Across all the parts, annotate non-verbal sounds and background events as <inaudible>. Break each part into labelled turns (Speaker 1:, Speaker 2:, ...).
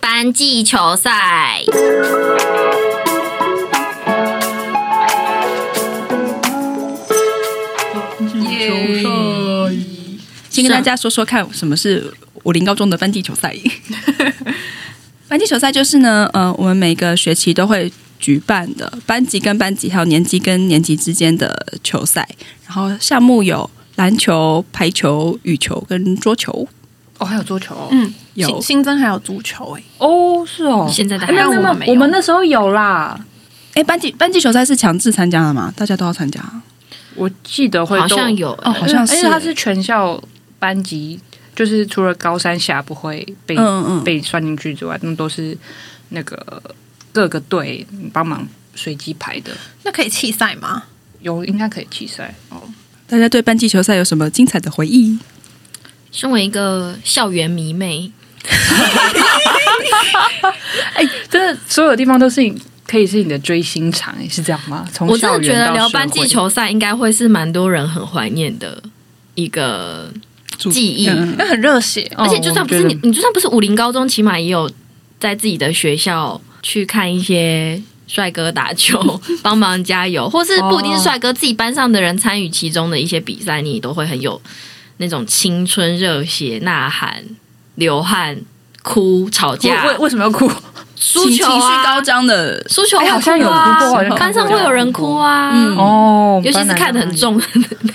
Speaker 1: 班级球赛。
Speaker 2: 球赛，
Speaker 3: 先跟大家说说看，什么是武林高中的班级球赛。 <laughs> 班级球赛就是呢，呃，我们每个学期都会举办的班级跟班级，还有年级跟年级之间的球赛。然后项目有篮球、排球、羽球跟桌球。
Speaker 2: 哦，还有桌球哦，
Speaker 4: 嗯，
Speaker 3: 有
Speaker 4: 新新增还有足球哎、
Speaker 2: 哦，是哦，
Speaker 1: 现在的
Speaker 2: 哎
Speaker 1: 孩
Speaker 2: 那
Speaker 1: 子
Speaker 2: 那
Speaker 4: 我
Speaker 2: 那
Speaker 4: 们没有
Speaker 2: 我们那时候有啦，
Speaker 3: 哎，班级班级球赛是强制参加的吗？大家都要参加？
Speaker 2: 我记得会
Speaker 1: 好
Speaker 2: 都
Speaker 1: 像有、
Speaker 3: 哦好像
Speaker 2: 而且
Speaker 3: 是
Speaker 2: 它是全校班级，就是除了高三峡不会被、
Speaker 3: 嗯嗯嗯，
Speaker 2: 被算进去之外，那都是那个各个队帮忙随机排的，
Speaker 4: 那可以弃赛吗？
Speaker 2: 有应该可以弃赛哦。
Speaker 3: 大家对班级球赛有什么精彩的回忆？
Speaker 1: 身为一个校园迷妹，
Speaker 2: 真的，所有地方都是你可以是你的追星场，是这样吗？从
Speaker 1: 我真
Speaker 2: 校
Speaker 1: 的觉
Speaker 2: 园
Speaker 1: 得
Speaker 2: 到
Speaker 1: 聊
Speaker 2: 社
Speaker 1: 班级
Speaker 2: 会，哦
Speaker 1: 球赛应该会是蛮多人很怀念的一个
Speaker 3: 主
Speaker 1: 记忆。
Speaker 3: 嗯
Speaker 4: 那很热血，
Speaker 2: 哦
Speaker 1: 而且就算不是
Speaker 2: 我
Speaker 1: 你
Speaker 2: 觉得，
Speaker 1: 你就算不是武林高中，起码也有在自己的学校去看一些帅哥打球， <laughs> 帮忙加油，或是不一定是帅哥，自己班上的人参与其中的一些比赛，你都会很有那种青春热血、呐喊、流汗、哭、吵架、
Speaker 2: 为为为什么要哭？
Speaker 1: 输球
Speaker 3: 情情绪
Speaker 1: 啊
Speaker 3: 高，涨的
Speaker 1: 输球、
Speaker 2: 哎好像有哭过好像看过
Speaker 1: 班上会有人哭啊，
Speaker 3: 嗯
Speaker 2: 哦
Speaker 1: 尤其是看得很，重的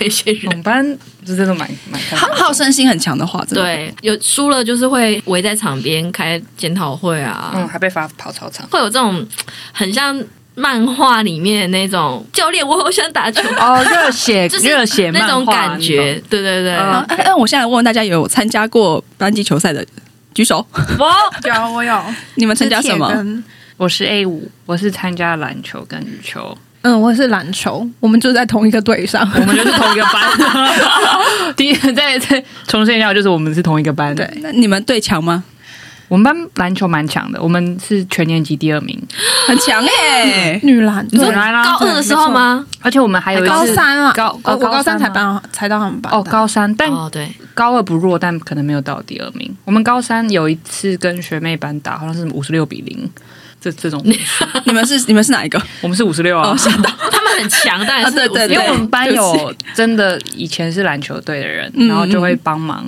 Speaker 1: 那些
Speaker 2: 我
Speaker 1: 人。
Speaker 2: 们班这真的蛮蛮看
Speaker 3: 好好胜心很强的话，真的
Speaker 1: 对，有输了就是会围在场边开检讨会啊，
Speaker 2: 嗯，还被罚跑操场。
Speaker 1: 会有这种很像漫画里面那种教练，我好想打球，
Speaker 2: 哦，热 <laughs> 血
Speaker 1: 就是
Speaker 2: 热血
Speaker 1: 那种感觉，对对对。
Speaker 2: 嗯
Speaker 3: 啊，哎、哎我现在问问大家有参加过班级球赛的举手，
Speaker 2: 我
Speaker 4: 哦有我有
Speaker 3: 你们参加什么？
Speaker 4: 是铁人
Speaker 2: 我是 A 五，我是参加篮球跟羽球，
Speaker 4: 嗯，我是篮球，我们就在同一个队上。
Speaker 2: <laughs> 我们就是同一个班。 <laughs> 第一，再再重申一下，就是我们是同一个班。
Speaker 4: 对，
Speaker 3: 那你们队强吗？
Speaker 2: 我们班篮球蛮强的，我们是全年级第二名。
Speaker 3: 很强哎、
Speaker 2: <laughs>
Speaker 4: 女篮，
Speaker 2: 你
Speaker 4: 对
Speaker 2: 来啦
Speaker 1: 高二的时候？吗？
Speaker 2: 而且我们还有一次
Speaker 4: 高三啊，
Speaker 2: 高
Speaker 4: 哦
Speaker 2: 哦
Speaker 4: 我高三才
Speaker 2: 吗
Speaker 4: 搬才到他们班的
Speaker 2: 哦，高三，但
Speaker 1: 哦，对，
Speaker 2: 高二不弱，但可能没有到第二名。我们高三有一次跟学妹班打，好像是五十六比零，这这 <laughs> 种，
Speaker 3: 你们是你们是哪一个？
Speaker 2: 我们是五十六啊
Speaker 3: 哦，。吓到！
Speaker 1: 他们很强，但
Speaker 3: 啊
Speaker 1: 是
Speaker 2: <laughs>
Speaker 3: 对对
Speaker 2: 因为我们班
Speaker 3: 对不
Speaker 2: 有真的以前是篮球队的人，
Speaker 3: 嗯
Speaker 2: 然后就会帮忙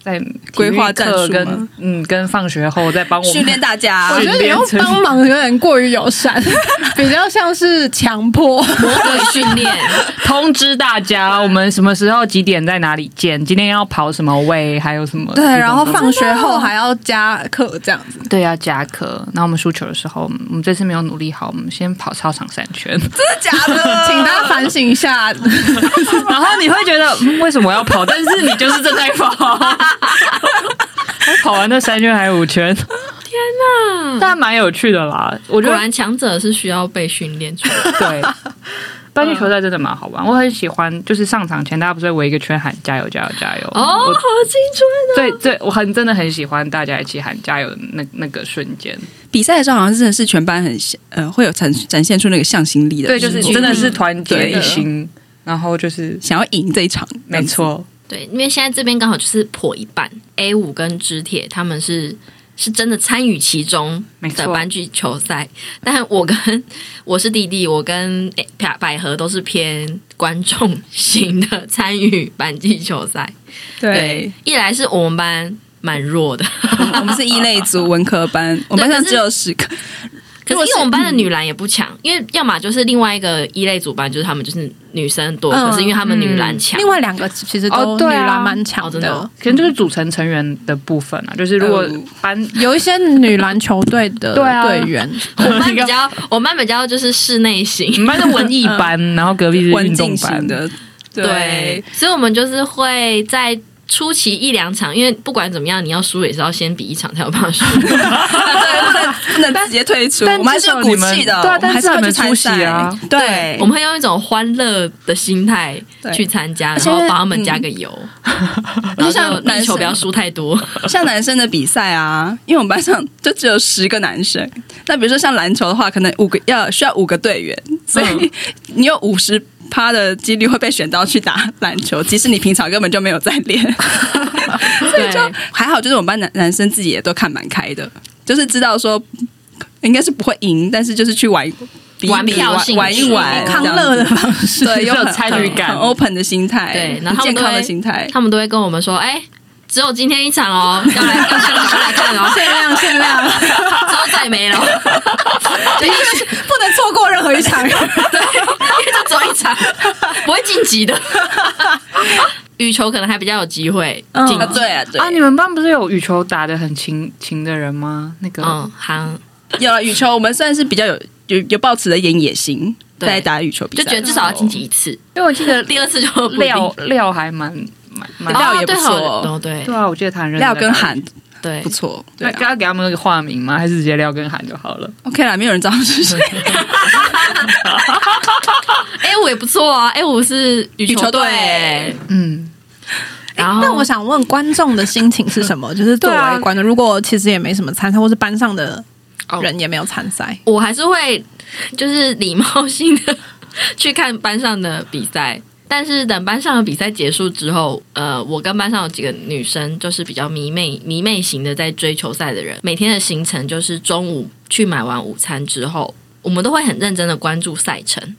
Speaker 2: 在
Speaker 3: 规划战术吗
Speaker 2: 体育课跟嗯跟放学后再帮我
Speaker 3: 训
Speaker 2: 们
Speaker 3: 练大家
Speaker 4: 我觉得你用帮忙有点过于友善，比较像是强迫。
Speaker 1: 魔鬼训
Speaker 2: <laughs>
Speaker 1: 练，
Speaker 2: <laughs> 通知大家我们什么时候几点在哪里见，今天要跑什么位，还有什么
Speaker 4: 对，然后
Speaker 2: 这种
Speaker 4: 放学后还要加课这样子。
Speaker 2: 对要加课。然后我们输球的时候，我们这次没有努力好，我们先跑操场三圈，
Speaker 3: 真的假的？
Speaker 4: 请大家反省一 <laughs> 下，
Speaker 2: 然后你会觉得、嗯为什么
Speaker 3: <laughs>
Speaker 2: 要跑，但是你就是正在跑。跑完那三圈还有五圈，天哪！但蛮有趣的啦，我觉
Speaker 1: 果
Speaker 2: 得
Speaker 1: 然强者是需要被训练
Speaker 2: <laughs>
Speaker 1: 出来的。
Speaker 2: 对，班级球赛真的蛮好玩，我很喜欢。就是上场前，大家不是会围一个圈喊加油、加油、加油。
Speaker 1: 哦，好
Speaker 2: 我
Speaker 1: 青春
Speaker 2: 对对，我很真的很喜欢大家一起喊加油的那那个瞬间。
Speaker 3: 比赛的时候好像真的是全班很呃会有展展现出那个向心力的，
Speaker 2: 对，就是
Speaker 1: 聚力
Speaker 2: 真的是团结
Speaker 3: 对
Speaker 2: 一心，然后就是
Speaker 3: 想要赢这一场，
Speaker 2: 没错，
Speaker 1: 对，因为现在这边刚好就是破一半，A 五跟知铁他们是是真的参与其中
Speaker 2: 没
Speaker 1: 的
Speaker 2: 错。
Speaker 1: 班级球赛，但我跟我是弟弟，我跟诶百百合都是偏观众型的参与班级球赛。
Speaker 3: 这样子。，
Speaker 1: 一来是我们班蛮弱的，
Speaker 3: 我们是一类组文科班，我们班上
Speaker 1: 可是
Speaker 3: 只有十个，
Speaker 1: 可是因为我们班的
Speaker 4: 嗯
Speaker 1: 女篮也不强，因为要么就是另外一个一类组班，就是他们就是女生多，
Speaker 4: 嗯
Speaker 1: 可是因为他们女篮强。
Speaker 4: 另外两个其实都
Speaker 2: 哦
Speaker 4: 女
Speaker 2: 对啊
Speaker 4: 篮蛮强
Speaker 1: 哦真的哦
Speaker 2: 可能就是组成成员的部分啊，就是如果
Speaker 3: 嗯
Speaker 2: 班
Speaker 4: 有一些女篮球队的
Speaker 2: 对啊
Speaker 4: 队员，
Speaker 1: 我们班比较，我们班比较就是室内
Speaker 2: 你
Speaker 4: 嗯
Speaker 1: 型，
Speaker 2: 们班是文艺 <laughs> 班，然后隔壁是
Speaker 3: 文
Speaker 2: 运动
Speaker 3: 静
Speaker 2: 班
Speaker 3: 型，的，
Speaker 1: 对，，所以我们就是会在。初期一两场，因为不管怎么样，你要输也是要先比一场才有办法
Speaker 3: <laughs>
Speaker 1: 输。
Speaker 3: 对，不能不能直接退出，
Speaker 2: 但
Speaker 3: 我们还是有
Speaker 2: 至少
Speaker 3: 骨
Speaker 2: 你们
Speaker 3: 气的，
Speaker 2: 对啊
Speaker 3: 我们还
Speaker 2: 但至
Speaker 3: 是
Speaker 2: 少
Speaker 3: 会
Speaker 2: 你
Speaker 3: 去
Speaker 2: 们
Speaker 3: 参
Speaker 2: 出席
Speaker 3: 赛
Speaker 2: 啊，
Speaker 3: 对，
Speaker 1: 我们会用一种欢乐的心态
Speaker 3: 对嗯
Speaker 1: 去参加，
Speaker 4: 而
Speaker 1: 然
Speaker 4: 且
Speaker 1: 后帮他们加个油，然后就力求不要输太多。
Speaker 3: 像男生的比赛啊，因为我们班上就只有十个男生，那比如说像篮球的话，可能五个要需要五个队员，所以 <laughs> 你有五十趴的几率会被选到去打篮球，即使你平常根本就没有在练，
Speaker 1: 对，
Speaker 3: 还好就是我们班男男生自己也都看蛮开的，就是知道说应该是不会赢，但是就是去玩比一比
Speaker 1: 玩票性
Speaker 3: 玩一玩
Speaker 1: 质
Speaker 3: 这样
Speaker 4: 康
Speaker 3: 子
Speaker 4: 乐的方式，
Speaker 3: 对，有
Speaker 2: 有
Speaker 3: 很
Speaker 2: 参与感
Speaker 3: 很很 open 的心态，
Speaker 1: 对然后他
Speaker 3: 哎
Speaker 1: 们
Speaker 3: 健
Speaker 1: 都
Speaker 3: 康的
Speaker 1: 会 <laughs>
Speaker 3: 心态。
Speaker 1: 他们都会跟我们说，哎、只有今天一场
Speaker 3: <laughs>
Speaker 1: 哦，要来要看要来看哦，
Speaker 4: 限量限量，
Speaker 1: <laughs> 之后再没
Speaker 3: <laughs>
Speaker 1: 了，对，因为
Speaker 4: 不能错过任何
Speaker 3: <laughs>
Speaker 4: 一场。
Speaker 1: <laughs> 就只有一场，不会晋级
Speaker 3: <laughs>
Speaker 1: 的。羽球可能还比较有机会晋 <laughs>
Speaker 3: 啊，
Speaker 1: 级，
Speaker 3: 对啊，对
Speaker 2: 啊，你们班不是有羽球打得很勤勤的人吗？那个、
Speaker 1: 嗯，好，
Speaker 3: 有了羽球，我们算是比较有有有抱持了一点野心，
Speaker 1: 对
Speaker 3: 在打羽球比
Speaker 1: 就
Speaker 3: 赛，
Speaker 1: 觉得至少要晋级一次，
Speaker 2: 因为我记 <laughs> 得
Speaker 1: 第二次就不一定
Speaker 2: 廖廖还蛮蛮蛮
Speaker 3: 廖
Speaker 1: 哦
Speaker 3: 也不
Speaker 1: 对
Speaker 3: 错
Speaker 1: 哦对
Speaker 2: 对啊，我记得他很认
Speaker 3: 嗯
Speaker 2: 真
Speaker 3: 廖
Speaker 2: 在打
Speaker 3: 跟韩
Speaker 1: 对
Speaker 3: 不，错，对
Speaker 2: 那
Speaker 3: 啊
Speaker 2: 要给他们一个化名吗？还是直接廖跟韩就好了？
Speaker 3: ，OK 啦，没有人知道是谁，
Speaker 1: 哎，我也不错啊，哎，我是羽
Speaker 3: 羽球
Speaker 1: 队
Speaker 3: 队，
Speaker 2: 嗯，
Speaker 1: 然后
Speaker 4: 那我想问观众的心情是什 <laughs> 么？就是作
Speaker 2: 对啊
Speaker 4: 为观众，如果其实也没什么参赛，或是班上的
Speaker 1: 哦
Speaker 4: 人也没有参赛，
Speaker 1: 我还是会就是礼貌性的 <laughs> 去看班上的比赛，但是等班上的比赛结束之后，呃，我跟班上有几个女生就是比较迷妹迷妹型的，在追球赛的人，每天的行程就是中午去买完午餐之后，我们都会很认真的关注赛程，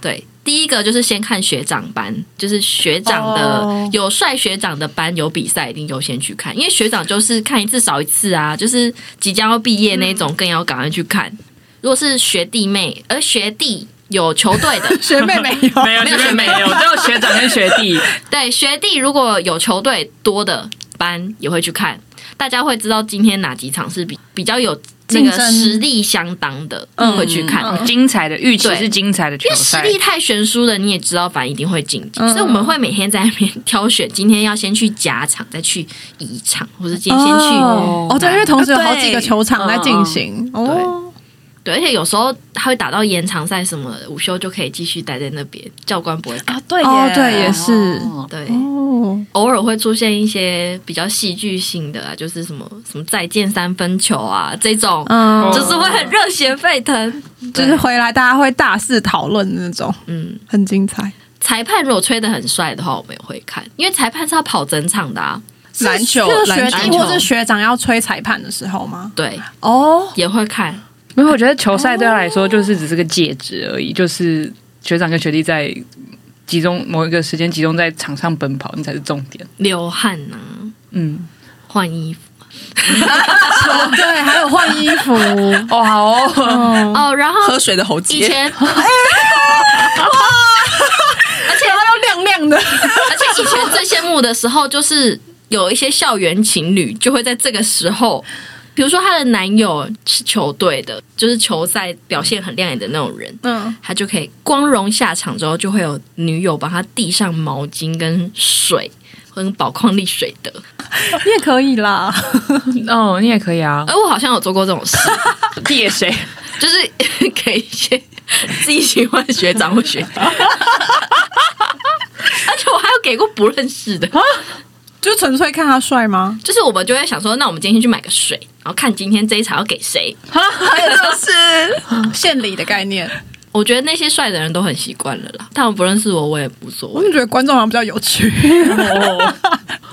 Speaker 1: 对。第一个就是先看学长班，就是学长的、
Speaker 4: 哦，
Speaker 1: 有帅学长的班有比赛，一定优先去看，因为学长就是看一次少一次啊，就是即将要毕业那种，更要赶快去看。如果是学弟妹，而学弟有球队的
Speaker 4: <laughs> 学妹没有，
Speaker 2: 没有，
Speaker 1: 没有
Speaker 2: 就是没 <laughs> 有，只有学长跟学弟。
Speaker 1: 对学弟如果有球队多的班也会去看，大家会知道今天哪几场是比比较有那
Speaker 4: 竞
Speaker 1: 个
Speaker 4: 争
Speaker 1: 实力相当的，会去看。
Speaker 4: 嗯
Speaker 2: 精彩的预期
Speaker 1: 对
Speaker 2: 是精彩的球
Speaker 1: 因为实
Speaker 2: 赛，
Speaker 1: 力太悬殊了，你也知道，反正一定会晋级，
Speaker 4: 嗯
Speaker 1: 所以我们会每天在那边挑选，今天要先去甲场，再去乙场，或者今天先去、
Speaker 4: 哦哦，对，因为同时有好几
Speaker 1: 对
Speaker 4: 个球场在进行哦。
Speaker 1: 对，而且有时候他会打到延长赛什么的，午休就可以继续待在那边，教官不会打。
Speaker 4: 啊，对哦，对，也是
Speaker 2: 哦
Speaker 1: 对，
Speaker 4: 哦，
Speaker 1: 偶尔会出现一些比较戏剧性的啊，就是什么什么再见三分球啊这种，
Speaker 4: 嗯，
Speaker 1: 就
Speaker 4: 就是
Speaker 1: 会很热血沸腾。
Speaker 4: 就是回来大家会大肆讨论的那种，
Speaker 1: 嗯，
Speaker 4: 很精彩。
Speaker 1: 裁判如果吹得很帅的话，我们也会看，因为裁判是要跑整场的啊。
Speaker 3: 篮球
Speaker 4: 是
Speaker 3: 篮
Speaker 4: 学
Speaker 3: 球
Speaker 4: 弟或是学长要吹裁判的时候吗？
Speaker 1: 对，
Speaker 4: 哦，
Speaker 1: 也会看。
Speaker 2: 没有，我觉得球赛对他来说就是只是个介质而已，就是学长跟学弟在集中某一个时间集中在场上奔跑，那才是重点。
Speaker 1: 流汗呐、啊，
Speaker 2: 嗯，
Speaker 1: 换衣服
Speaker 4: 对，还有换衣服，
Speaker 2: 哦，好哦，
Speaker 4: 哦，
Speaker 1: 哦，然后
Speaker 3: 喝水的喉
Speaker 1: 以 <laughs>
Speaker 3: 结，
Speaker 4: 哎
Speaker 1: 前，
Speaker 4: <laughs>
Speaker 1: 而且
Speaker 4: 要亮亮的，
Speaker 1: 而且以前最羡慕的时候，就是有一些校园情侣就会在这个时候，比如说她的男友是球队的，就是球赛表现很亮眼的那种人，
Speaker 4: <laughs> 嗯，
Speaker 1: 他就可以光荣下场之后，就会有女友帮他递上毛巾跟水。跟宝矿力水的，
Speaker 4: <laughs> 你也可以啦。
Speaker 2: 哦，你也可以 <laughs> 啊，
Speaker 1: 而我好像有做过这种事，
Speaker 2: 递给谁？
Speaker 1: 就是 <laughs> 给一些自己喜欢的学长或学 <laughs> 弟，而且我还有给过不认识的，
Speaker 4: 就纯粹看他帅吗？
Speaker 1: 就是我们就会想说，那我们今天去买个水，然后看今天这一场要给谁。
Speaker 4: <laughs> 还有就是献礼的概念，
Speaker 1: 我觉得那些帅的人都很习惯了啦，他们不认识我，我也无所
Speaker 4: 我
Speaker 1: 谓。
Speaker 4: 就觉得观众好像比较有趣。
Speaker 2: 哦，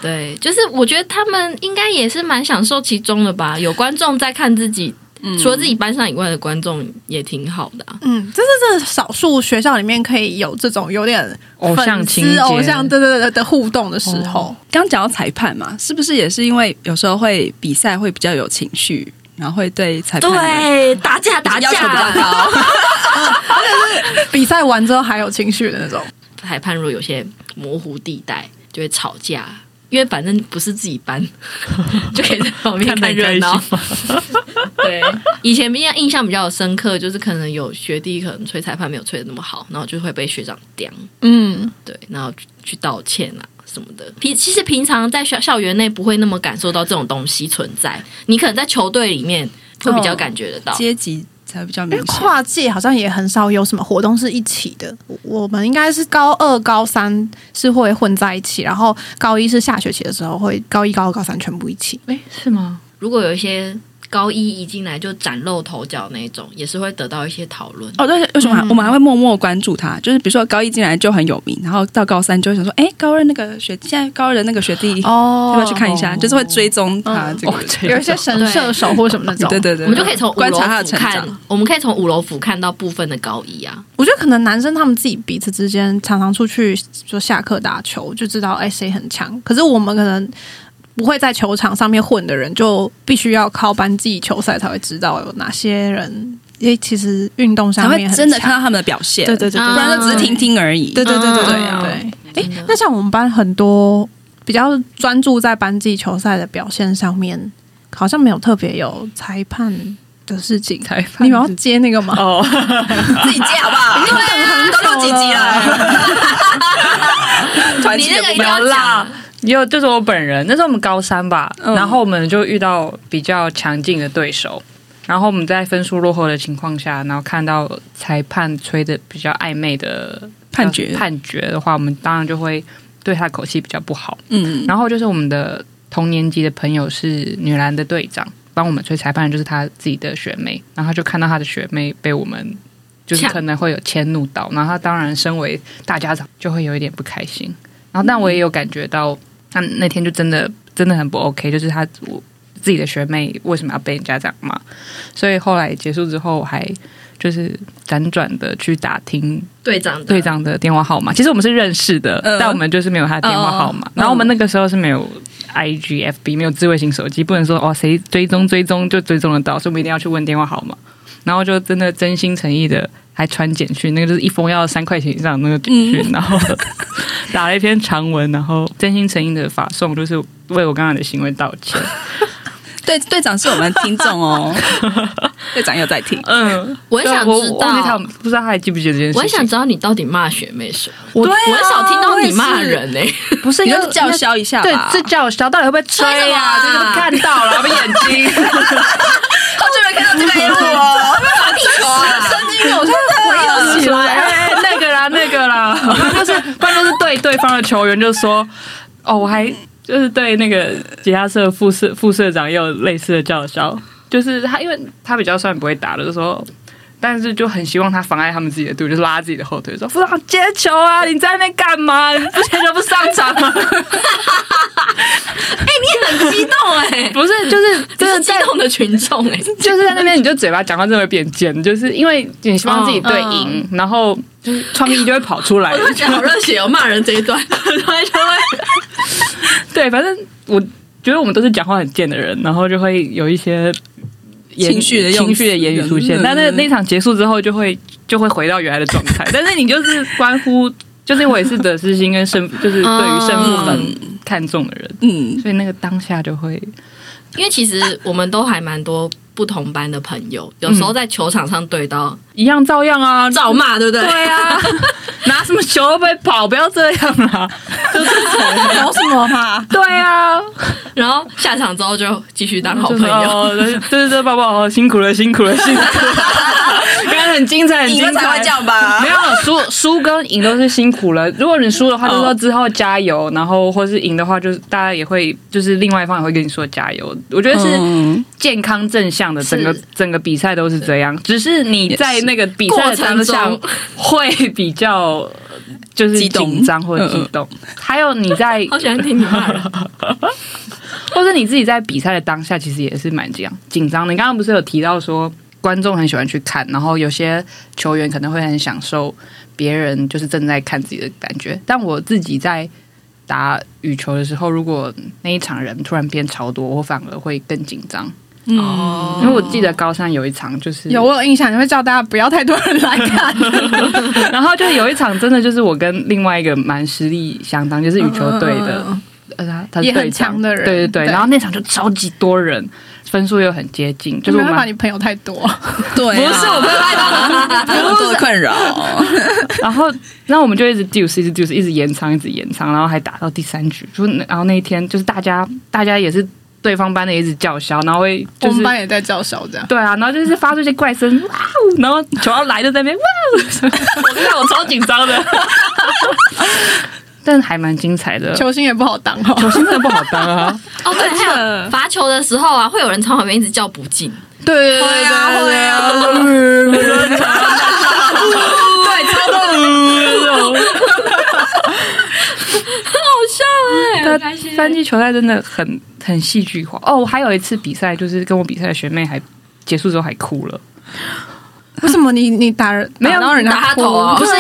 Speaker 1: 对，就是我觉得他们应该也是蛮享受其中的吧。有观众在看自己，除了自己班上以外的观众也挺好的、啊。
Speaker 4: <laughs> 嗯，这是这是少数学校里面可以有这种有点
Speaker 2: 偶像
Speaker 4: 粉丝
Speaker 2: 情节
Speaker 4: 偶像哦对对对的互动的时候，
Speaker 3: 刚讲到裁判嘛，是不是也是因为有时候会比赛会比较有情绪，然后会对裁判
Speaker 1: 对，打架打
Speaker 3: 要求比较
Speaker 1: 架。
Speaker 3: 高？
Speaker 4: 比赛完之后还有情绪的那种。
Speaker 1: 裁判如果有些模糊地带，就会吵架，因为反正不是自己班， <laughs> 就可以在旁边看热闹。对， <laughs> 以前比较印象比较深刻，就是可能有学弟可能吹裁判没有吹的那么好，然后就会被学长刁，
Speaker 4: 嗯，
Speaker 1: 对，然后去道歉啊什么的。平其实平常在校校园内不会那么感受到这种东西存在，你可能在球队里面会比较感觉得到。
Speaker 3: 阶级才比较
Speaker 4: 因
Speaker 3: 明
Speaker 4: 为
Speaker 3: 显。
Speaker 4: 跨界好像也很少有什么活动是一起的。我我们应该是高二、高三是会混在一起，然后高一是下学期的时候会高一、高二、高三全部一起。
Speaker 2: 哎，是吗？
Speaker 1: 如果有一些高一一进来就崭露头角那种，也是会得到一些讨论。
Speaker 3: 哦，对，为什么还、
Speaker 4: 嗯
Speaker 3: 我们还会默默关注他？就是比如说高一进来就很有名，然后到高三就会想说，哎，高二那个学，现在高二的那个学弟、
Speaker 4: 哦
Speaker 3: 要不要去看一下？就是会追踪他
Speaker 4: 嗯
Speaker 3: 这个。
Speaker 4: <laughs> 有一些神射手或什么那 <laughs> 种。
Speaker 3: 对对对，啊
Speaker 1: 我们就可以从五
Speaker 3: 观
Speaker 1: 楼
Speaker 3: 察他的
Speaker 1: 俯
Speaker 3: 成
Speaker 1: 瞰
Speaker 3: 长。，
Speaker 1: 我们可以从五楼俯瞰到部分的高一啊。
Speaker 4: 我觉得可能男生他们自己彼此之间常常出去就下课打球，就知道哎谁很强。可是我们可能不会在球场上面混的人，就必须要靠班级球赛才会知道有哪些人。因为其实运动
Speaker 3: 才
Speaker 4: 上
Speaker 3: 会
Speaker 4: 面很
Speaker 3: 真的
Speaker 4: 强
Speaker 3: 看到他们的表现，
Speaker 4: 对对对对
Speaker 3: 不然就只是听听而已。
Speaker 4: 对对对对
Speaker 1: 嗯
Speaker 3: 啊
Speaker 4: 对
Speaker 1: 嗯
Speaker 4: 对。
Speaker 1: 真的
Speaker 4: 哎，那像我们班很多比较专注在班级球赛的表现上面，好像没有特别有裁判的事情。
Speaker 2: 裁判
Speaker 4: 你们要接那个吗？
Speaker 2: 哦，
Speaker 3: 自己接好不好？因为等很久都录几集了，传
Speaker 1: 你
Speaker 3: 奇
Speaker 1: 那
Speaker 3: 的
Speaker 1: 个
Speaker 3: 部
Speaker 1: 一定
Speaker 3: 分
Speaker 1: 要
Speaker 2: 啦
Speaker 1: 讲，
Speaker 2: 也有就是我本人，那时候我们高三吧，
Speaker 3: 嗯
Speaker 2: 然后我们就遇到比较强劲的对手，然后我们在分数落后的情况下，然后看到裁判吹的比较暧昧的呃
Speaker 3: 判决
Speaker 2: 判决的话，我们当然就会对他口气比较不好。
Speaker 3: 嗯，
Speaker 2: 然后就是我们的同年级的朋友是女篮的队长，帮我们吹裁判的就是她自己的学妹，然后她就看到她的学妹被我们就是
Speaker 1: 呛
Speaker 2: 可能会有迁怒到，然后她当然身为大家长就会有一点不开心。然后但我也有感觉到，那那天就真的真的很不 OK，就是她我自己的学妹为什么要被人家这样骂？所以后来结束之后，我还就是辗转的去打听
Speaker 1: 队长的
Speaker 2: 队长的电话号码。其实我们是认识的，
Speaker 3: 嗯
Speaker 2: 但我们就是没有他的电话号码。
Speaker 3: 嗯
Speaker 2: 然后我们那个时候是没有 I G F B，没有智慧型手机，不能说哦谁追踪追踪就追踪得到，所以我们一定要去问电话号码。然后就真的真心诚意的还传简讯，那个就是一封要三块钱以上的那个简讯，然 <laughs> 后打了一篇长文，然后真心诚意的发送，就是为我刚刚的行为道歉。
Speaker 3: 对，队长是我们听众哦，队长有在听，
Speaker 2: 嗯，
Speaker 1: 我很想
Speaker 2: 对
Speaker 1: 知
Speaker 2: 我忘记他
Speaker 1: 道，
Speaker 2: 不知道他还记不记得这件事情。
Speaker 1: 我很想知道你到底骂学妹什么。
Speaker 2: 我
Speaker 3: 对啊
Speaker 1: 我很少听到你骂
Speaker 3: 我也是
Speaker 1: 人呢、欸 <laughs>
Speaker 2: 不是
Speaker 3: 你
Speaker 2: 要
Speaker 3: 就叫嚣一下
Speaker 2: 对
Speaker 3: 吧，。
Speaker 2: 这叫小到底会不会吹
Speaker 1: 吹什么
Speaker 2: 呀、
Speaker 1: 啊
Speaker 2: 这个看到了，我们眼睛。
Speaker 3: 好久没看到这个一幕哦，好地球啊！
Speaker 4: 因为我现在回忆
Speaker 2: 起 <laughs> 来，哎、那个啦，那个啦，就是不然就是对对方的球员就说，哦，我还就是对那个吉他社副社副社长也有类似的叫嚣，就是他因为他比较算不会打的，就说。但是就很希望他妨碍他们自己的队伍，就是拉自己的后腿，说副长接球啊！你在那边干嘛？你不接球不上场吗？
Speaker 1: 哎你很激动哎、
Speaker 2: <laughs>
Speaker 3: <laughs>
Speaker 2: 不是，就是
Speaker 1: 这
Speaker 2: 真的
Speaker 1: 是激动的群众哎、
Speaker 2: <laughs>
Speaker 3: 啊
Speaker 2: 就是在那边，你就嘴巴讲话真的会变尖，就是因为你希望自己对赢，然后嗯就是创意就会跑出 <laughs>
Speaker 3: 啊
Speaker 2: 来
Speaker 1: 我。都觉得好热血哦，骂人这一
Speaker 3: <laughs>
Speaker 1: 段，然后就会
Speaker 2: <laughs> 对，反正我觉得我们都是讲话很贱的人，然后就会有一些言
Speaker 3: 情绪的用词
Speaker 2: 情绪的言语出现。
Speaker 3: 嗯
Speaker 2: 但那那场结束之后，就会就会回到原来的状态。但是你就是关乎，就是我也是得失心跟胜，就是对于胜负很看重的人，
Speaker 3: 嗯，
Speaker 2: 所以那个当下就会
Speaker 1: 因为其实我们都还蛮多不同班的朋友，有时候在球场上对到
Speaker 2: 一样照样
Speaker 3: <laughs>
Speaker 2: 啊，
Speaker 3: 嗯
Speaker 1: 照骂，对不对？
Speaker 2: 对啊， <laughs> 拿什么球会不会跑？不要这样啊啦、
Speaker 3: 搞什么嘛？
Speaker 2: 对啊，
Speaker 1: 然后下场之后就继续当好朋
Speaker 2: 就是
Speaker 1: 友。
Speaker 2: 哦 <laughs> 对对对，宝宝，辛苦了，辛苦了，辛
Speaker 3: <laughs>
Speaker 2: 苦了。刚刚很精彩，很
Speaker 3: 你
Speaker 2: 精
Speaker 3: 们才
Speaker 2: 彩。
Speaker 3: 会这样吧 <laughs>
Speaker 2: 没？有输输跟赢都是辛苦了。如果你输的话，就说之后加油；然后或是赢的话，就是大家也会，就是另外一方也会跟你说加油。我觉得是
Speaker 3: 嗯，
Speaker 2: 健康正向的，整个
Speaker 1: 是
Speaker 2: 整个比赛都是这样。只是你在那个比赛
Speaker 1: 过
Speaker 2: 的
Speaker 1: 程
Speaker 2: 当下
Speaker 1: 中，
Speaker 2: 会比较就是
Speaker 3: 激动
Speaker 2: 紧张或者
Speaker 3: 嗯
Speaker 2: 激
Speaker 3: 嗯
Speaker 2: 动。还有你
Speaker 1: <laughs>
Speaker 2: 在
Speaker 1: 好喜欢听你骂人，
Speaker 2: <laughs> 或者你自己在比赛的当下，其实也是蛮紧紧张的。你刚刚不是有提到说，观众很喜欢去看，然后有些球员可能会很享受别人就是正在看自己的感觉。但我自己在打羽球的时候，如果那一场人突然变超多，我反而会更紧张。
Speaker 1: 哦
Speaker 2: 因为我记得高三有一场就是
Speaker 4: 有我有印象，你会叫大家不要太多人来看。
Speaker 2: 然后就有一场真的就是我跟另外一个蛮实力相当，就是羽球队
Speaker 4: 嗯
Speaker 2: 的，呃，他他是
Speaker 4: 也很
Speaker 2: 队长
Speaker 4: 强的人
Speaker 2: 对对对。
Speaker 4: 对
Speaker 2: 然后那场就超级多人，分数又很接近，就是
Speaker 4: 没
Speaker 2: 我
Speaker 4: 办法，
Speaker 2: 们。
Speaker 4: 你朋友太多，
Speaker 3: 对，
Speaker 2: 不是我没有办
Speaker 3: 法，很多的困扰。
Speaker 2: <laughs> 然后，然后我们就一直 deuce，一直 deuce，一直延长，一直延长，然后还打到第三局。就是那然后那一天就是大家大家也是对方班的一直叫嚣，然后会
Speaker 4: 我
Speaker 2: 就是
Speaker 4: 们班也在叫嚣这样。
Speaker 2: 对啊，然后就是发出一些怪声，哇哦！然后球要来就在那边哇哦！我看我超紧张的。但还蛮精彩的。
Speaker 4: 球星也不好当哦。
Speaker 2: 球星真的不好当啊！
Speaker 1: 哦，对，还有罚球的时候啊，会有人从旁边一直叫不进，
Speaker 4: 对对对对对啊！
Speaker 2: 对，超多人
Speaker 1: 好笑哎、
Speaker 2: 他
Speaker 1: 很开心。
Speaker 2: <laughs> 三季球赛真的很很戏剧化哦。我还有一次比赛，就是跟我比赛的学妹还结束之后还哭了，
Speaker 4: 为什么你你打人
Speaker 2: 没有
Speaker 4: 打到哦人家
Speaker 1: 打他
Speaker 4: 哭
Speaker 1: 头啊
Speaker 4: 不是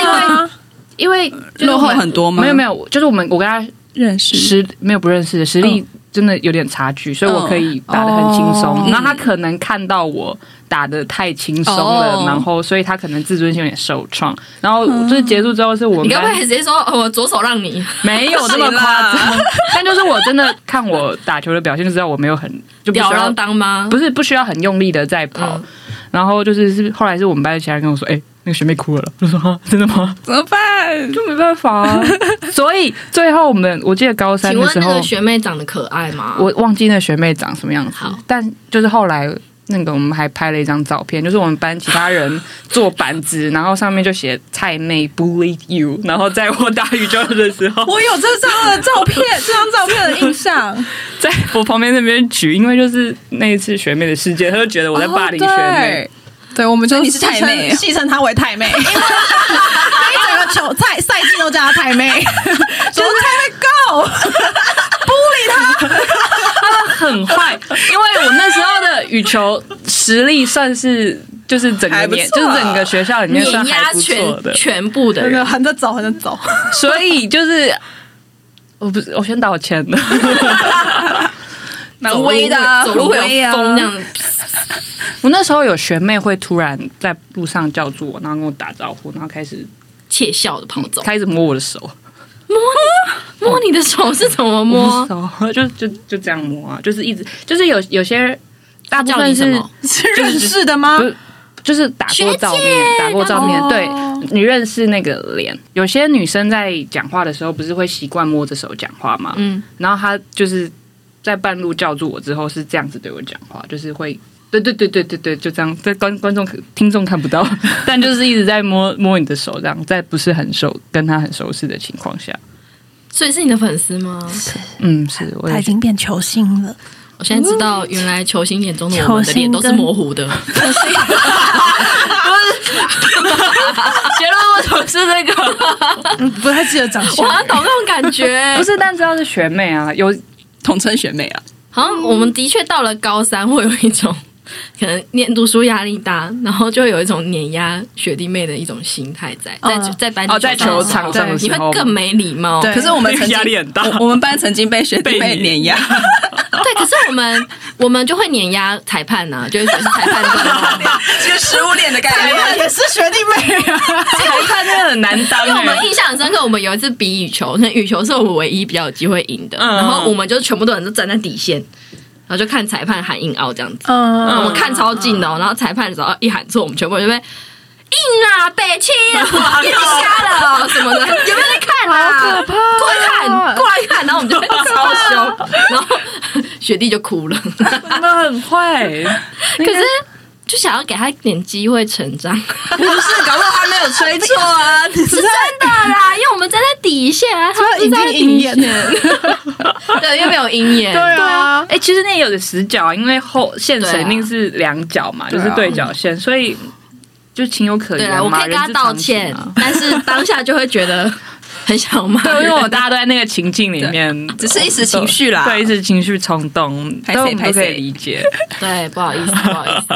Speaker 4: 因为
Speaker 2: 因为
Speaker 3: 落后很多吗？
Speaker 2: 没有没有，就是我们我跟她
Speaker 3: 认识，
Speaker 2: 实没有不认识的实
Speaker 1: 嗯
Speaker 2: 力真的有点差距，所以我可以打的很轻松。
Speaker 3: 哦
Speaker 2: 然后她可能看到我打的太轻松
Speaker 1: 哦
Speaker 2: 了，然后所以她可能自尊心有点受创。然后就是结束之后是我
Speaker 1: 你
Speaker 2: 们
Speaker 1: 该不
Speaker 2: 班
Speaker 1: 会直接说哦我左手让你？
Speaker 2: <laughs> 没有那么
Speaker 1: <laughs>
Speaker 2: 夸张，但就是我真的看我打球的表现就知道我没有很就不需
Speaker 1: 吊儿
Speaker 2: 要
Speaker 1: 郎当吗？
Speaker 2: 不是不需要很用力的在跑，
Speaker 1: 嗯
Speaker 2: 然后就是是后来是我们班的其他人跟我说，哎、那个学妹哭了，我就说哈，真的吗？
Speaker 3: 怎么办？
Speaker 2: 就没办法啊。 <laughs> 所以最后我们我记得高三
Speaker 1: 请
Speaker 2: 的
Speaker 1: 问
Speaker 2: 时
Speaker 1: 那
Speaker 2: 候
Speaker 1: 个，学妹长得可爱吗？
Speaker 2: 我忘记那学妹长什么样子
Speaker 1: 好，
Speaker 2: 但就是后来那个我们还拍了一张照片，就是我们班其他人做板子，然后上面就写“菜妹 bully you”，然后在我打羽球的时候，
Speaker 3: <laughs> 我有这张的照片，这张照片的印象。
Speaker 2: 在我旁边那边举，因为就是那一次学妹的事件，他就觉得我在霸凌学妹。
Speaker 3: 哦
Speaker 4: 对，我们就
Speaker 3: 所以你是太妹
Speaker 4: 戏称戏称她为太妹，因为整个球赛赛季都叫她太妹，就是太妹 go。
Speaker 2: 很坏，因为我那时候的羽球实力算是就是整个
Speaker 3: 还不
Speaker 2: 年，
Speaker 3: 错
Speaker 2: 就是整个学校里面算
Speaker 1: 碾
Speaker 2: 还
Speaker 1: 压
Speaker 2: 不错
Speaker 1: 全
Speaker 2: 的，
Speaker 1: 全部的
Speaker 4: 对
Speaker 1: 人
Speaker 4: 对，，横着走，横着走。
Speaker 2: 所以就是我不是我先
Speaker 3: <laughs>
Speaker 2: 道歉 <laughs> 的，
Speaker 3: 蛮威的啊，
Speaker 1: 走路会
Speaker 3: 很威
Speaker 1: 有
Speaker 3: 啊
Speaker 1: 风这样。
Speaker 2: 我那时候有学妹会突然在路上叫住我，然后跟我打招呼，然后开始
Speaker 1: 窃笑的跑走，
Speaker 2: 开始摸我的手，
Speaker 1: 摸你的手是怎么摸？
Speaker 2: 手就就就这样摸啊，就是一直就是有有些大
Speaker 1: 他
Speaker 2: 部
Speaker 1: 叫
Speaker 2: 分
Speaker 1: 你什
Speaker 2: 是
Speaker 1: 么？
Speaker 4: 是认识的吗
Speaker 2: 不？是，就是打过照
Speaker 1: 啊
Speaker 2: 面
Speaker 1: 学姐，
Speaker 2: 打过照面，
Speaker 4: 哦
Speaker 2: 对你认识那个脸。有些女生在讲话的时候，不是会习惯摸着手讲话吗？
Speaker 1: 嗯，
Speaker 2: 然后她就是在半路叫住我之后，是这样子对我讲话，就是会。对对对对对对，就这样，在观观众听众看不
Speaker 1: <laughs>
Speaker 2: 到，但就是一直在摸摸你的手，这样在不是很熟跟他很熟悉的情况下，
Speaker 1: 所以是你的粉丝吗？
Speaker 2: 嗯，是，我也
Speaker 4: 她已经变球星了，
Speaker 1: 我现在知道，原来球星眼中的我们嗯的
Speaker 4: 球星
Speaker 1: 脸
Speaker 4: 跟
Speaker 1: 都是模糊的。结论为什么是这个？
Speaker 4: 嗯不太记得长
Speaker 1: <laughs>
Speaker 4: 相
Speaker 1: 我。好像懂那种感 <laughs> 觉，
Speaker 2: 不是，但知道是学妹啊，有
Speaker 3: 统称学妹啊，
Speaker 1: 好像我们的确到了高三，会有一种 <laughs> 可能念读书压力大，然后就会有一种碾压学弟妹的一种心态在，在
Speaker 4: 嗯
Speaker 1: 在班
Speaker 2: 哦在球场上的
Speaker 1: 你
Speaker 2: 时
Speaker 1: 会
Speaker 2: 候
Speaker 1: 更没礼貌。
Speaker 4: 对
Speaker 3: 可是我们曾经
Speaker 2: 压力很大
Speaker 3: 我我们班曾经被学弟妹碾压，
Speaker 1: 对，可是我们 <laughs> 我们就会碾压裁判呐、啊，就会觉得是裁判 <laughs> 的。
Speaker 3: 就食物链的概
Speaker 1: 哎
Speaker 3: 念。
Speaker 4: 也是学弟
Speaker 2: <laughs>
Speaker 4: 妹啊，
Speaker 2: 裁判真的很难当、
Speaker 1: 因为我们
Speaker 2: 欸
Speaker 1: 印象很深刻，我们有一次比羽球，那羽球是我们唯一比较有机会赢的，
Speaker 2: 嗯
Speaker 1: 然后我们就全部的人都站在底线，然后就看裁判喊硬out 这样子，
Speaker 4: 嗯，
Speaker 1: 我们看超近的、哦，然后裁判只要一喊错，我们全部人就被硬啊，北青啊，眼睛瞎了哦什么的，有没有在看啊？过来看，过来看，然后我们就被超凶，然后 <laughs> 雪弟就哭了，
Speaker 2: 他们很坏、欸
Speaker 1: 可是。就想要给他一点机会成长，
Speaker 3: 不是，搞不好他没有吹错啊，你
Speaker 1: <laughs> 是真的啦，因为我们站在底线啊，他
Speaker 4: 已经鹰眼了，
Speaker 1: <laughs> 对，因为没有鹰眼，
Speaker 2: 对
Speaker 4: 啊
Speaker 2: 哎、其实那也有个死角啊，因为后线
Speaker 1: 对啊
Speaker 2: 绳一定是两角嘛，就
Speaker 3: 啊
Speaker 2: 是对角线，所以就情有可
Speaker 1: 对啊
Speaker 2: 原
Speaker 1: 啦，我
Speaker 2: 嘛
Speaker 1: 可以跟他
Speaker 2: 人之
Speaker 1: 道
Speaker 2: 常情
Speaker 1: 歉，
Speaker 2: 啊
Speaker 1: 但是当下就会觉得很想骂
Speaker 2: 对，因
Speaker 1: 人。
Speaker 2: 为我大家都在那个情境里面，
Speaker 3: 只是一时情绪啦
Speaker 2: 对，一时情绪冲动，
Speaker 3: 拍谁
Speaker 2: 但我们
Speaker 3: 拍
Speaker 2: 都可
Speaker 3: 谁
Speaker 2: 以理解。
Speaker 1: 对，不好意思，不好意思。